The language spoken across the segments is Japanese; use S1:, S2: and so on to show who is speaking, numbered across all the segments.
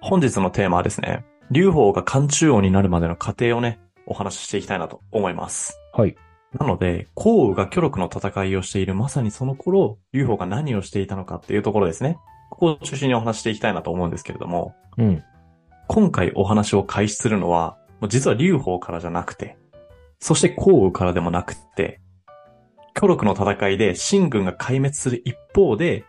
S1: 本日のテーマはですね、劉邦が漢中王になるまでの過程をね、お話ししていきたいなと思います。
S2: はい。
S1: なので、項羽が巨力の戦いをしているまさにその頃、劉邦が何をしていたのかっていうところですね。ここを中心にお話ししていきたいなと思うんですけれども、
S2: うん。
S1: 今回お話を開始するのは、もう実は劉邦からじゃなくて、そして項羽からでもなくて、巨力の戦いで秦軍が壊滅する一方で、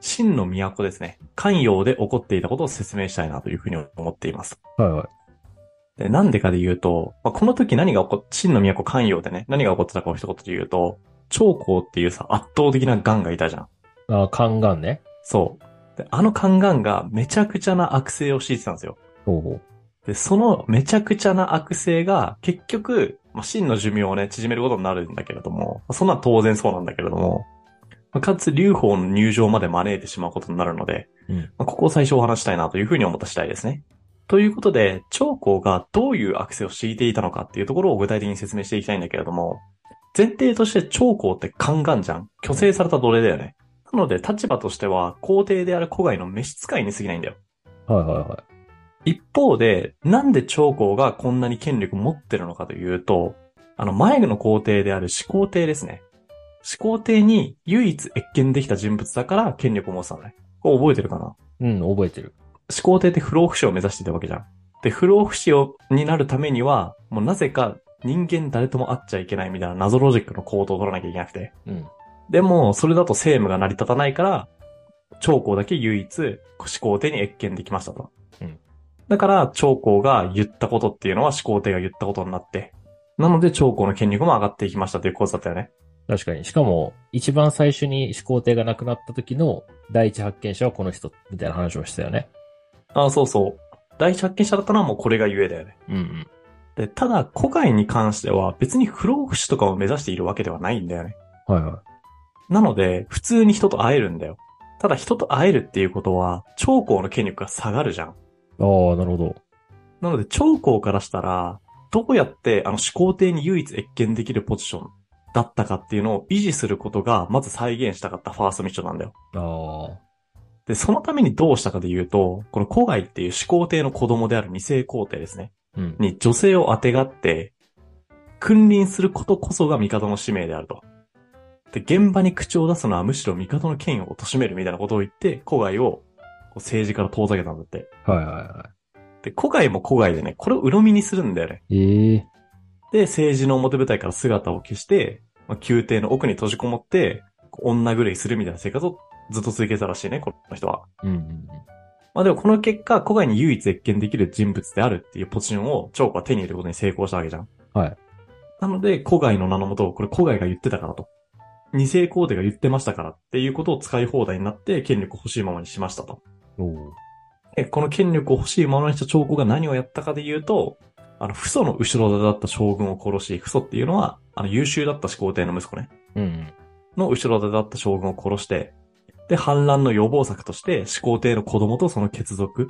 S1: 秦の都ですね、関陽で起こっていたことを説明したいなというふうに思っています。
S2: はいはい。
S1: で、なんでかで言うと、まあ、この時何が起こっ、秦の都関陽でね、何が起こってたかを一言で言うと、長江っていうさ、圧倒的なガンがいたじゃん。
S2: あー、宦官ね。
S1: そう。で、あのカンガンがめちゃくちゃな悪性を強いてたんですよ。
S2: ほうほう。
S1: で、そのめちゃくちゃな悪性が、結局、まあ、真の寿命をね、縮めることになるんだけれども、まあそんな当然そうなんだけれども、まあかつ、劉邦の入場まで招いてしまうことになるので、
S2: うん
S1: まあここを最初お話したいなというふうに思った次第ですね。ということで、長江がどういう悪性を敷いていたのかっていうところを具体的に説明していきたいんだけれども、前提として長江って宦官じゃん。虚勢された奴隷だよね。なので、立場としては、皇帝である古外の召使いに過ぎないんだよ。
S2: はいはいは。
S1: 一方で、なんで長江がこんなに権力を持ってるのかというと、あの前の皇帝である始皇帝ですね。始皇帝に唯一越見できた人物だから権力を持ってたのね。これ覚えてるかない
S2: うん、覚えてる。
S1: 始皇帝って不老不死を目指していたわけじゃん。で、不老不死を、になるためには、もうなぜか人間誰とも会っちゃいけないみたいな謎ロジックの行動を取らなきゃいけなくて。
S2: うん。
S1: でも、それだと政務が成り立たないから、長江だけ唯一、始皇帝に越見できましたと。
S2: うん
S1: だから、長江が言ったことっていうのは始皇帝が言ったことになって、なので長江の権力も上がっていきましたという構図だったよね。
S2: 確かに。しかも、一番最初に始皇帝が亡くなった時の第一発見者はこの人、みたいな話をしたよね。
S1: ああ、そうそう。第一発見者だったのはもうこれがゆえだよね。
S2: うんうん。
S1: で、ただ、古外に関しては別に不老不死とかを目指しているわけではないんだよね。
S2: はいはい。
S1: なので、普通に人と会えるんだよ。ただ人と会えるっていうことは、長江の権力が下がるじゃん。
S2: ああ、なるほど。
S1: なので、長江からしたら、どうやって、あの、始皇帝に唯一越見できるポジションだったかっていうのを維持することが、まず再現したかったファーストミッションなんだよ。
S2: あ
S1: で、そのためにどうしたかで言うと、この古外っていう始皇帝の子供である二世皇帝ですね。
S2: あ。うん。
S1: に女性を当てがって、君臨することこそが味方の使命であると。で、現場に口を出すのはむしろ味方の権威を貶めるみたいなことを言って、古外をこう政治から遠ざけたんだって。
S2: はいはいは
S1: で、古外も古外でね、これを鵜呑みにするんだよね。
S2: い。ええ
S1: で、政治の表舞台から姿を消して、まあ、宮廷の奥に閉じこもって、こう女狂いするみたいな生活をずっと続けてたらしいね、この人は。
S2: うんうん
S1: まあでもこの結果、古外に唯一越見できる人物であるっていうポジションを長子は手に入れることに成功したわけじゃん。
S2: はい。
S1: なので、古外の名のもと、これ古外が言ってたからと。二世皇帝が言ってましたからっていうことを使い放題になって権力を欲しいままにしましたと。
S2: うん。おー
S1: で、この権力を欲しいままにした長江が何をやったかで言うと、あの、父祖の後ろ盾だった将軍を殺し、父祖っていうのは、あの、優秀だった始皇帝の息子ね、
S2: うんうん。
S1: の後ろ盾だった将軍を殺して、で、反乱の予防策として、始皇帝の子供とその血族、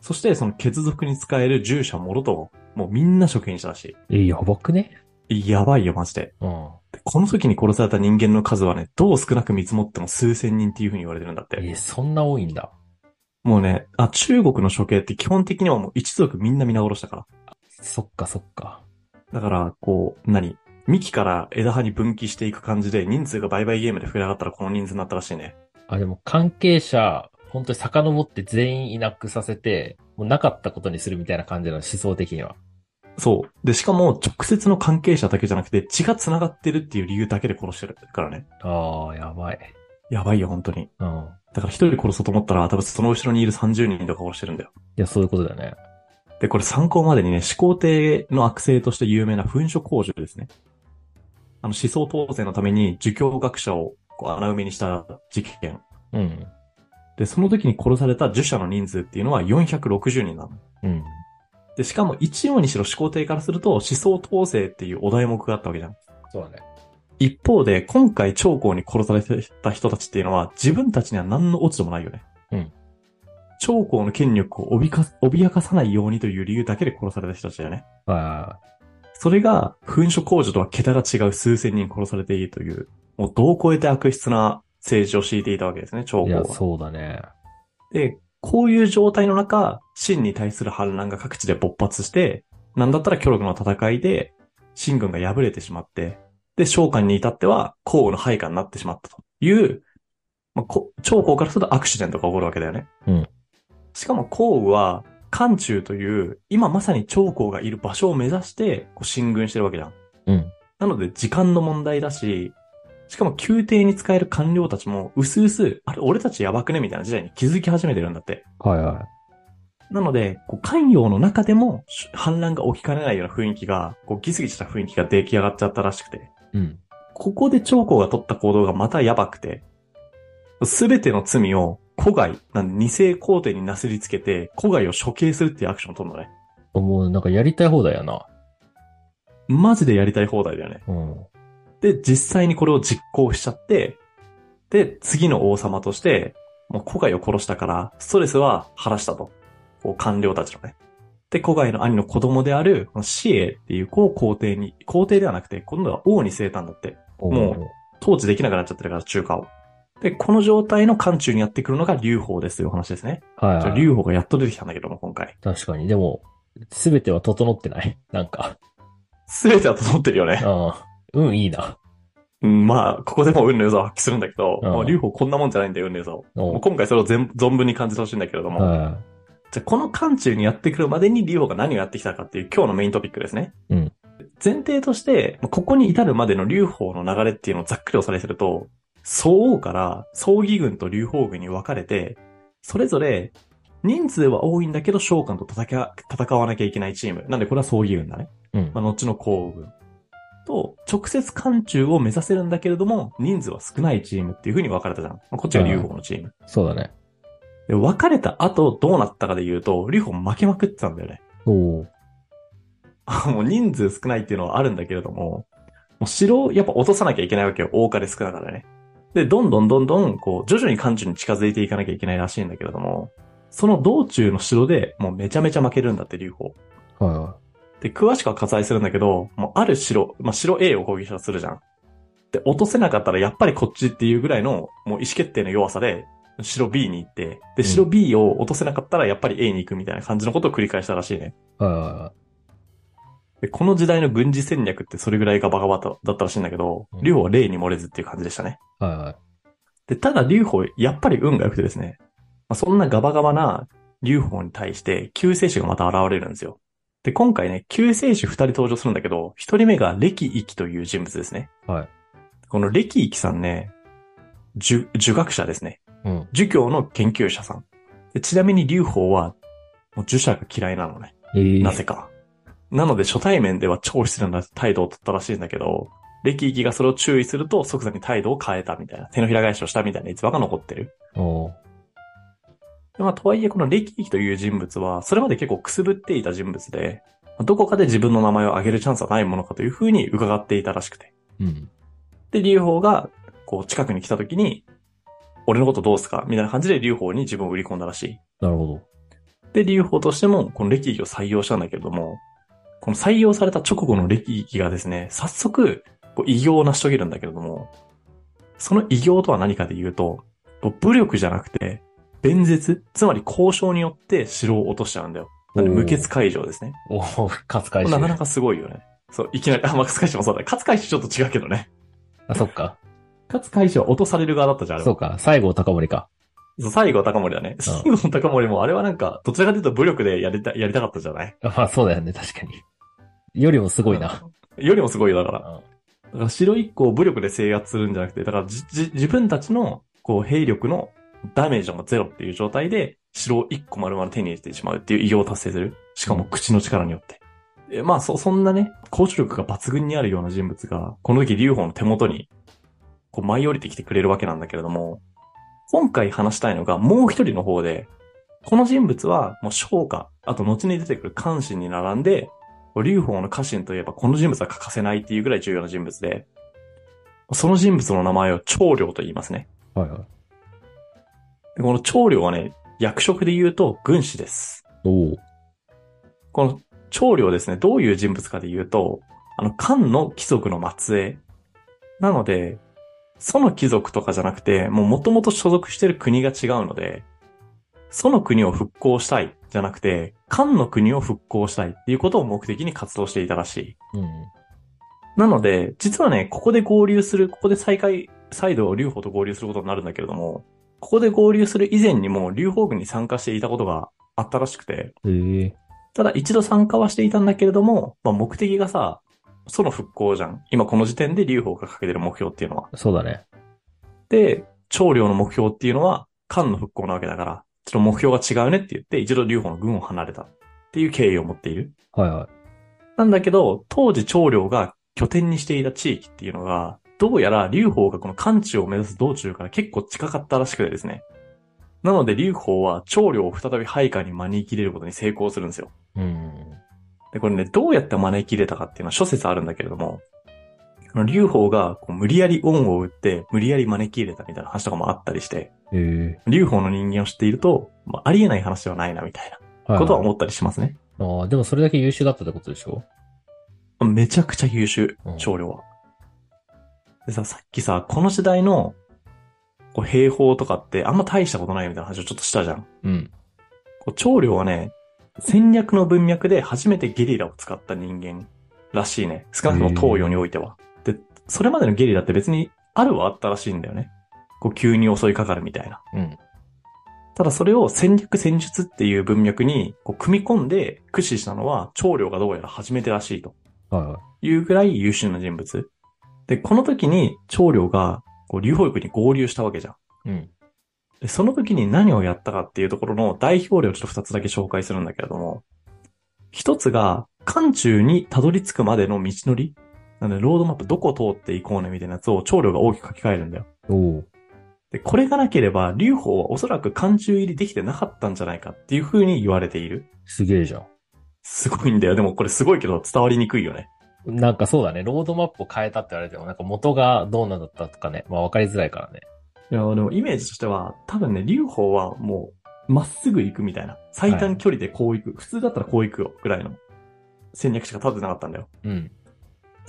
S1: そしてその血族に使える従者もろとも、もうみんな職員したらし
S2: えー、やばくね
S1: い。やばいよ、マジで。
S2: うん。
S1: でこの時に殺された人間の数はね、どう少なく見積もっても数千人っていう風に言われてるんだって。
S2: えー、そんな多いんだ。
S1: もうね、あ、中国の処刑って基本的にはもう一族みんな皆殺したから。
S2: そっかそっか。
S1: だから、こう、何幹から枝葉に分岐していく感じで、人数が倍々ゲームで膨れ上がったらこの人数になったらしいね。
S2: あ、でも関係者、本当に遡って全員いなくさせて、もうなかったことにするみたいな感じなの、思想的には。
S1: そう。で、しかも、直接の関係者だけじゃなくて、血が繋がってるっていう理由だけで殺してるからね。
S2: ああ、やばい。
S1: やばいよ、本当に。
S2: うん。
S1: だから一人殺そうと思ったら、多分その後ろにいる30人とか殺してるんだよ。
S2: いや、そういうことだよね。
S1: で、これ参考までにね、始皇帝の悪性として有名な噴書工場ですね。あの、思想統制のために、儒教学者をこう穴埋めにした事件。
S2: うん。
S1: で、その時に殺された儒者の人数っていうのは460人なの。
S2: うん。
S1: で、しかも一応にしろ始皇帝からすると思想統制っていうお題目があったわけじゃん。
S2: そうだね。
S1: 一方で、今回長江に殺されてた人たちっていうのは自分たちには何の落ち度もないよね。
S2: うん。
S1: 長江の権力を脅か脅かさないようにという理由だけで殺された人たちだよね。
S2: は
S1: それが、噴書工場とは桁が違う数千人殺されているという、もう度を超えて悪質な政治を敷いていたわけですね、長
S2: い。い
S1: 江は
S2: や、。そうだね。
S1: で、こういう状態の中、秦に対する反乱が各地で勃発して、なんだったら巨力の戦いで、秦軍が敗れてしまって、で、召喚に至っては、項羽の配下になってしまったという、まあ、こ長江からするとアクシデントが起こるわけだよね。
S2: うん
S1: しかも項羽は、漢中という、今まさに長江がいる場所を目指して、こう進軍してるわけじゃん。
S2: うん。
S1: なので、時間の問題だし、しかも宮廷に使える官僚たちも、うすうす、あれ、俺たちやばくねみたいな時代に気づき始めてるんだって。
S2: はいは
S1: なので、こう官僚の中でもし反乱が起きかねないような雰囲気が、こうギスギスした雰囲気が出来上がっちゃったらしくて、
S2: い。うん。
S1: ここで長江が取った行動がまたやばくて、すべての罪を古外、なんで二世皇帝になすりつけて、古外を処刑するっていうアクションを取るのね。
S2: もうなんかやりたい放題やな。
S1: マジでやりたい放題だよね。
S2: うん。
S1: で、実際にこれを実行しちゃって、で、次の王様として、もう古外を殺したから、ストレスは晴らしたと。こう官僚たちのね。で、古外の兄の子供である、この死英っていう子を皇帝に、皇帝ではなくて、今度は王に据えたんだって。もう統治できなくなっちゃってるから、中華を。で、この状態の漢中にやってくるのが劉邦ですという話ですね。
S2: う。はい、
S1: じゃあ
S2: はい。
S1: 劉邦がやっと出てきたんだけども、今回。
S2: 確かに。でも、すべては整ってない。 なんか。
S1: すべては整ってるよね。
S2: うん。うん、いいな。
S1: うん、まあ、ここでも運の良さを発揮するんだけど、
S2: うん
S1: もう劉邦こんなもんじゃないんだよ、運の良さを。もう
S2: お
S1: 今回それを全存分に感じてほしいんだけれども、
S2: は
S1: じゃあこの漢中にやってくるまでにリオが何をやってきたかっていう今日のメイントピックですね。
S2: うん
S1: 前提として、まあここに至るまでの劉邦の流れっていうのをざっくりおさらいすると、総王から総義軍と劉邦軍に分かれて、それぞれ人数は多いんだけど召喚と戦わ戦わなきゃいけないチーム。なんでこれは総義軍だね。
S2: い。うん
S1: ま。あ、後の皇軍と、直接漢中を目指せるんだけれども、人数は少ないチームっていう風に分かれたじゃん。まあこっちが劉邦のチーム。
S2: そうだね。
S1: で、別れた後どうなったかで言うと、リホン負けまくってたんだよね。
S2: おー
S1: あもう人数少ないっていうのはあるんだけれども、もう城をやっぱ落とさなきゃいけないわけよ。大火で少なからね。で、どんどんどんどん、こう、徐々に漢中に近づいていかなきゃいけないらしいんだけれども、その道中の城でもうめちゃめちゃ負けるんだって、劉邦。
S2: はいは
S1: で、詳しくは割愛するんだけど、もうある城、まあ、城 A を攻撃したとするじゃん。で、落とせなかったらやっぱりこっちっていうぐらいの、もう意思決定の弱さで、城 B に行って、で、城 B を落とせなかったらやっぱり A に行くみたいな感じのことを繰り返したらしいね。
S2: い。はいはいはい。
S1: で、この時代の軍事戦略ってそれぐらいがバカバカだったらしいんだけど
S2: うん、
S1: 両は例に漏れずっていう感じでしたね。
S2: はいはい。
S1: で、ただ劉邦、やっぱり運が良くてですね、まあ、そんなガバガバな劉邦に対して救世主がまた現れるんですよ。で、今回ね、救世主二人登場するんだけど、一人目が歴一という人物ですね。
S2: はい。
S1: この歴一さんね、儒、儒学者ですね。
S2: うん。
S1: 儒教の研究者さん。でちなみに劉邦は、もう儒者が嫌いなのね。
S2: えー
S1: なぜか。なので初対面では超失礼な態度を取ったらしいんだけど、歴一がそれを注意すると即座に態度を変えたみたいな、手のひら返しをしたみたいな逸話が残ってる。
S2: おー
S1: でまあ、とはいえ、このレキという人物は、それまで結構くすぶっていた人物で、まあどこかで自分の名前を挙げるチャンスはないものかというふうに伺っていたらしくて。
S2: うん。
S1: で、劉邦が、こう、近くに来た時に、俺のことどうすかみたいな感じで劉邦に自分を売り込んだらしい。
S2: なるほど。
S1: で、劉邦としても、この歴儀を採用したんだけれども、この採用された直後の歴儀がですね、早速、こう偉業を成し遂げるんだけれども、その偉業とは何かで言うと、こう武力じゃなくて、弁舌、つまり交渉によって城を落としちゃうんだよ。なんで無血解除ですね。
S2: おー復活開始。
S1: なかなかすごいよね。そう、いきなり、あ、まあ、勝海舟もそうだね。勝海舟ちょっと違うけどね。
S2: あ、そっか。
S1: 勝海舟は落とされる側だったじゃん、あれは
S2: そうか。西郷隆盛か。
S1: そう最後は高森だね。 最後の高森も、あれはなんか、どちらかというと武力でやりた、やりたかったじゃない
S2: あまあそうだよね、確かに。よりもす
S1: す
S2: ごいな。。
S1: よりもすごいよ、だか
S2: う
S1: ら。
S2: ん
S1: だから城一個を武力で制圧するんじゃなくて、だからじじ自分たちのこう兵力のダメージもゼロっていう状態で、城を一個丸々手に入れてしまうっていう偉業を達成する。しかも口の力によって。えまあそ、そんなね、交渉力が抜群にあるような人物が、この時劉邦の手元に、こう舞い降りてきてくれるわけなんだけれども、今回話したいのがもう一人の方で、この人物はもう昇華、あと後に出てくる関心に並んで、劉邦の家臣といえばこの人物は欠かせないっていうぐらい重要な人物で、その人物の名前を長領と言いますね。
S2: はいはい。
S1: でこの長領はね、役職で言うと軍師です。
S2: おー
S1: この長領ですね、どういう人物かで言うと、あの、漢の貴族の末裔。なので、その貴族とかじゃなくて、もう元々所属してる国が違うので、その国を復興したいじゃなくて、漢の国を復興したいっていうことを目的に活動していたらしい。
S2: うん。
S1: なので、実はね、ここで合流する、ここで再開、再度劉邦と合流することになるんだけれども、ここで合流する以前にも劉邦軍に参加していたことがあったらしくて、
S2: へえ。
S1: ただ一度参加はしていたんだけれども、まあ、目的がさ、その復興じゃん。今この時点で劉邦が掲げてる目標っていうのは。
S2: そうだね。
S1: で、長領の目標っていうのは、漢の復興なわけだから、ちょっと目標が違うねって言って、一度劉邦の軍を離れたっていう経緯を持っている。
S2: はいはい。
S1: なんだけど、当時長領が拠点にしていた地域っていうのが、どうやら劉邦がこの漢地を目指す道中から結構近かったらしくてですね。なので劉邦は長領を再び配下に招き入れることに成功するんですよ。
S2: うん。
S1: で、これね、どうやって招き入れたかっていうのは諸説あるんだけれども、この劉邦がこう無理やり恩を売って、無理やり招き入れたみたいな話とかもあったりして、
S2: へえ。
S1: 劉邦の人間を知っていると、まあ、ありえない話ではないなみたい
S2: は、
S1: ないことは
S2: はい。
S1: 思ったりしますね。
S2: ああ、でもそれだけ優秀だったってことでしょ
S1: めちゃくちゃ優秀
S2: う、ん
S1: 長領は。でさ、さっきさ、この時代の、こう、兵法とかってあんま大したことないみたいな話をちょっとしたじゃん。
S2: うん。
S1: こう、長領はね、戦略の文脈で初めてゲリラを使った人間らしいね。少なくとも東洋においては。で、それまでのゲリラって別にあるはあったらしいんだよね。こう、急に襲いかかるみたいな。
S2: うん。
S1: ただそれを戦略戦術っていう文脈にこう組み込んで駆使したのは長領がどうやら初めてらしいと。
S2: はいはい。
S1: いうぐらい優秀な人物。で、この時に長領が、こう、劉邦軍に合流したわけじゃん。
S2: うん。
S1: で、その時に何をやったかっていうところの代表例をちょっと二つだけ紹介するんだけれども、一つが、漢中にたどり着くまでの道のり。なので、ロードマップどこ通っていこうねみたいなやつを長領が大きく書き換えるんだよ。
S2: おお。
S1: で、これがなければ、劉邦はおそらく漢中入りできてなかったんじゃないかっていう風に言われている。
S2: すげえじゃん。
S1: すごいんだよ。でもこれすごいけど伝わりにくいよね。
S2: なんかそうだね。ロードマップを変えたって言われても、なんか元がどうなんだったとかね。まあ分かりづらいからね。
S1: いや、でもイメージとしては、多分ね、劉邦はもう、まっすぐ行くみたいな。最短距離でこう行く。普通だったらこう行くよ、ぐらいの戦略しか立ててなかったんだよ。
S2: うん。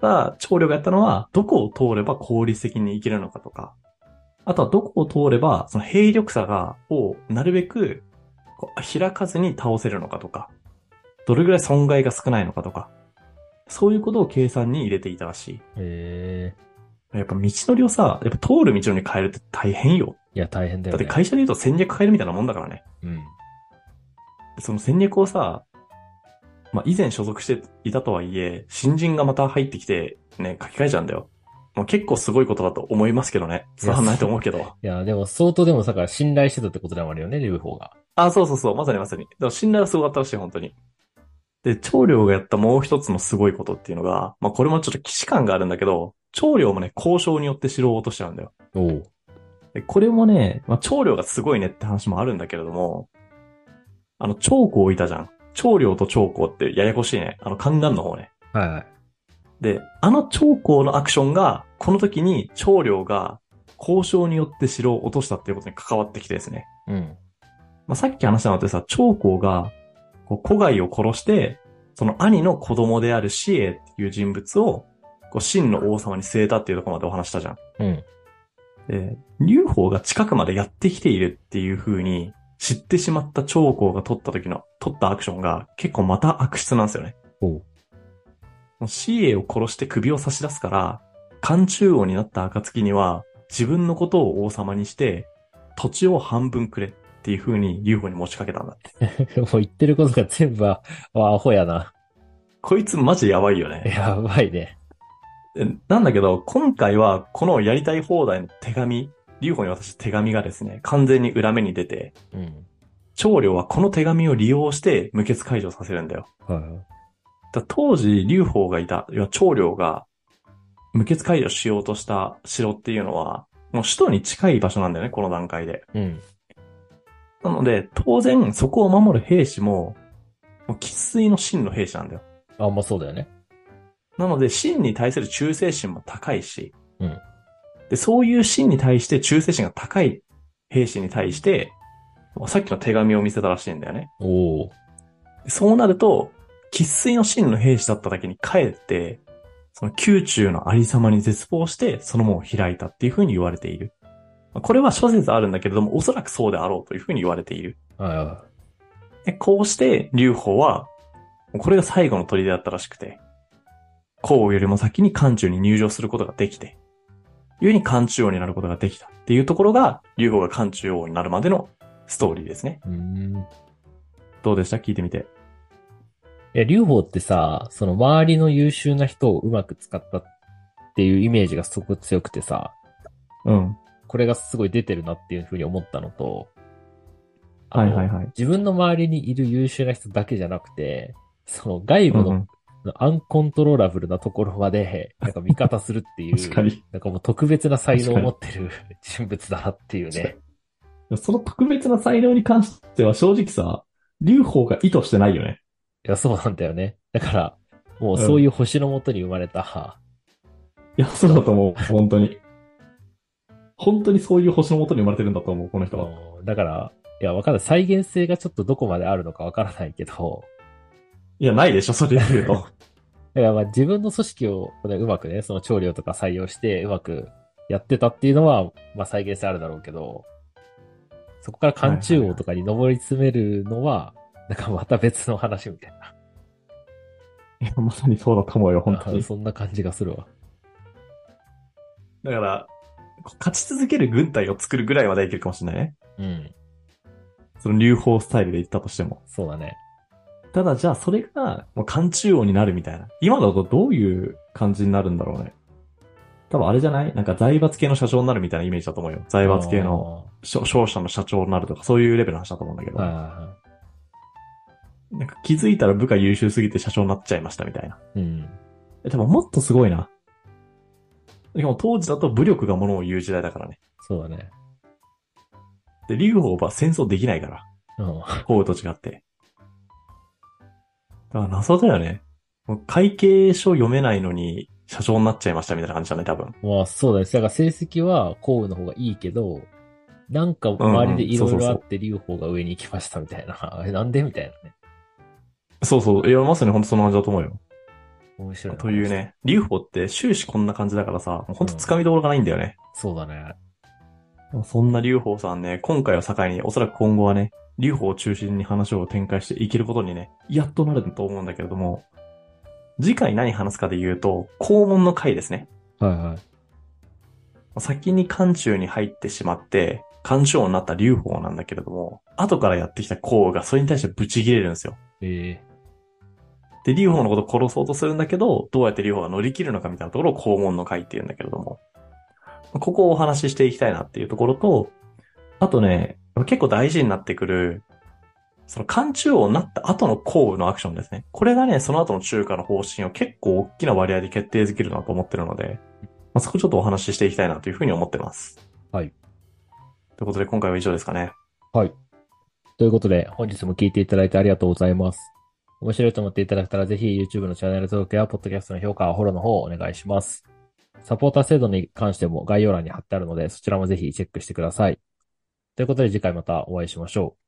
S1: ただ、長領がやったのは、どこを通れば効率的に行けるのかとか、あとはどこを通れば、その兵力差が、をなるべく、こう開かずに倒せるのかとか、どれぐらい損害が少ないのかとか、そういうことを計算に入れていたらしい。
S2: へえ。
S1: やっぱ道のりをさ、やっぱ通る道のり変えるって大変よ。
S2: いや、大変
S1: だ
S2: だよ
S1: っ
S2: ね。
S1: て会社で言うと戦略変えるみたいなもんだからね。
S2: うん。
S1: その戦略をさ、まあ、以前所属していたとはいえ、新人がまた入ってきて、ね、書き換えちゃうんだよ。もう結構すごいことだと思いますけどね。伝わんないと思うけど。
S2: いや、でも相当でもさ、から信頼してたってことでもあるよね、両方が。
S1: あ、そうそうそう、まさにまさに。でも信頼はすごかったらしい、本当に。で、長領がやったもう一つのすごいことっていうのが、まあ、これもちょっと既視感があるんだけど、長領もね、交渉によって城を落としちゃうんだよ。
S2: おお。
S1: でこれもね、まあ、長領がすごいねって話もあるんだけれども、あの、長江いたじゃん。長領と長江ってややこしいね。あの、宦官の方ね。
S2: はいはい。
S1: で、あの長江のアクションが、この時に長領が交渉によって城を落としたっていうことに関わってきてですね。
S2: うん。
S1: まあ、さっき話したのってさ、長江が、こう、古害を殺して、その兄の子供である死英っていう人物を、こう、真の王様に据えたっていうところまでお話したじゃん。
S2: うん。
S1: で、劉邦が近くまでやってきているっていう風に知ってしまった長江が取った時の、取ったアクションが結構また悪質なんですよね。
S2: おう
S1: もう死英を殺して首を差し出すから、漢中王になった暁には自分のことを王様にして土地を半分くれっていう風に劉邦に持ちかけたんだって。
S2: もう言ってることが全部あ、 あアホやな。
S1: こいつマジやばいよね。
S2: やばいね。
S1: えなんだけど、今回はこのやりたい放題の手紙、劉邦に渡した手紙がですね、完全に裏目に出て、
S2: うん。
S1: 長領はこの手紙を利用して無血解除させるんだよ。
S2: はいはい。
S1: だ当時、劉邦がいた、いや長領が無血解除しようとした城っていうのは、もう首都に近い場所なんだよね、この段階で。
S2: うん。
S1: なので、当然、そこを守る兵士も、もう喫水の真の兵士なんだよ。
S2: あんまあそうだよね。
S1: なので、真に対する忠誠心も高いし、
S2: うん
S1: で、そういう真に対して忠誠心が高い兵士に対して、さっきの手紙を見せたらしいんだよね。
S2: おお。
S1: そうなると、喫水の真の兵士だっただけに帰って、その宮中のありさまに絶望して、その門を開いたっていう風に言われている。まあこれは諸説あるんだけれども、おそらくそうであろうというふうに言われている。
S2: はいは
S1: でこうして、劉邦は、もうこれが最後の砦だったらしくて、孔よりも先に漢中に入場することができて、故に漢中王になることができたっていうところが、劉邦が漢中王になるまでのストーリーですね。
S2: い。うーん。
S1: どうでした聞いてみて。
S2: いや、劉邦ってさ、その周りの優秀な人をうまく使ったっていうイメージがすごく強くてさ、
S1: うん。
S2: これがすごい出てるなっていうふうに思ったのと、あ
S1: は
S2: の
S1: いはいはい。
S2: 自分の周りにいる優秀な人だけじゃなくて、その外部の,、
S1: うん
S2: アンコントローラブルなところまで、なんか味方するってい う、
S1: 確かに。
S2: なんかもう特別な才能
S1: 確か
S2: を
S1: に
S2: 持ってる人物だなっていうね。
S1: その特別な才能に関しては正直さ、劉邦が意図してないよね。
S2: いや、そうなんだよね。だから、もうそういう星のもとに生まれた、
S1: いや、そうだと思う。本当に。本当にそういう星のもとに生まれてるんだと思う、この人は。
S2: もうだから、いや、わかんない。再現性がちょっとどこまであるのかわからないけど、
S1: いや、ないでしょ、それで言うと。
S2: だからまあ自分の組織を、ね、うまくね、その調理とか採用して、うまくやってたっていうのは、まあ再現性あるだろうけど、そこから漢中王とかに上り詰めるのは、なんかまた別の話みたい
S1: い
S2: な。
S1: やまさにそうだと思うよ、本当に。
S2: そんな感じがするわ。
S1: だから、こう勝ち続ける軍隊を作るぐらいまではいけるかもしれないね。
S2: うん。
S1: その流法スタイルで行ったとしても。
S2: そうだね。
S1: ただじゃあそれが、もう漢中王になるみたいな。今だとどういう感じになるんだろうね。多分あれじゃないなんか財閥系の社長になるみたいなイメージだと思うよ。財閥系の商商社の社長になるとか、そういうレベルの話だと思うんだけ
S2: あー。
S1: ど。
S2: あ
S1: なんか気づいたら部下優秀すぎて社長になっちゃいましたみたいな。
S2: ーうん。
S1: え、多分もっとすごいな。しかも当時だと武力がものを言う時代だからね。
S2: そうだね。
S1: で、劉邦は戦争できないから。
S2: うん。
S1: こうと違って。だから謎だよね。もう会計書読めないのに社長になっちゃいましたみたいな感じだね、多分。
S2: まあそうだね。だから成績は幸運の方がいいけど、なんか周りでいろいろあって劉邦が上に行きましたみたいな。 えなんでみたいなね。
S1: そうそう。いや、まさに本当そんな感じだと思うよ。
S2: 面白いな。
S1: というね、劉邦って終始こんな感じだからさ、もう本当つかみどころがないんだよね。
S2: そうだね。
S1: そんな劉邦さんね、今回を境に、おそらく今後はね、劉邦を中心に話を展開していけることにね、やっとなると思うんだけれども、次回何話すかで言うと、肛門の回ですね。
S2: はいはい。
S1: 先に漢中に入ってしまって、漢中王になった劉邦なんだけれども、後からやってきた項羽がそれに対してブチ切れるんですよ。
S2: え
S1: で、劉邦のことを殺そうとするんだけど、どうやって劉邦が乗り切るのかみたいなところを肛門の会って言うんだけれども、ここをお話ししていきたいなっていうところと、あとね、結構大事になってくる、その漢中王になった後の項羽のアクションですね。これがね、その後の中華の方針を結構大きな割合で決定づけるなと思ってるので、まあ、そこちょっとお話ししていきたいなというふうに思ってます。
S2: はい。
S1: ということで今回は以上ですかね。
S2: えということで、本日も聞いていただいてありがとうございます。面白いと思っていただけたら、ぜひ YouTube のチャンネル登録や、Podcast の評価、フォローの方をお願いします。サポーター制度に関しても概要欄に貼ってあるので、そちらもぜひチェックしてください。ということで、次回またお会いしましょう。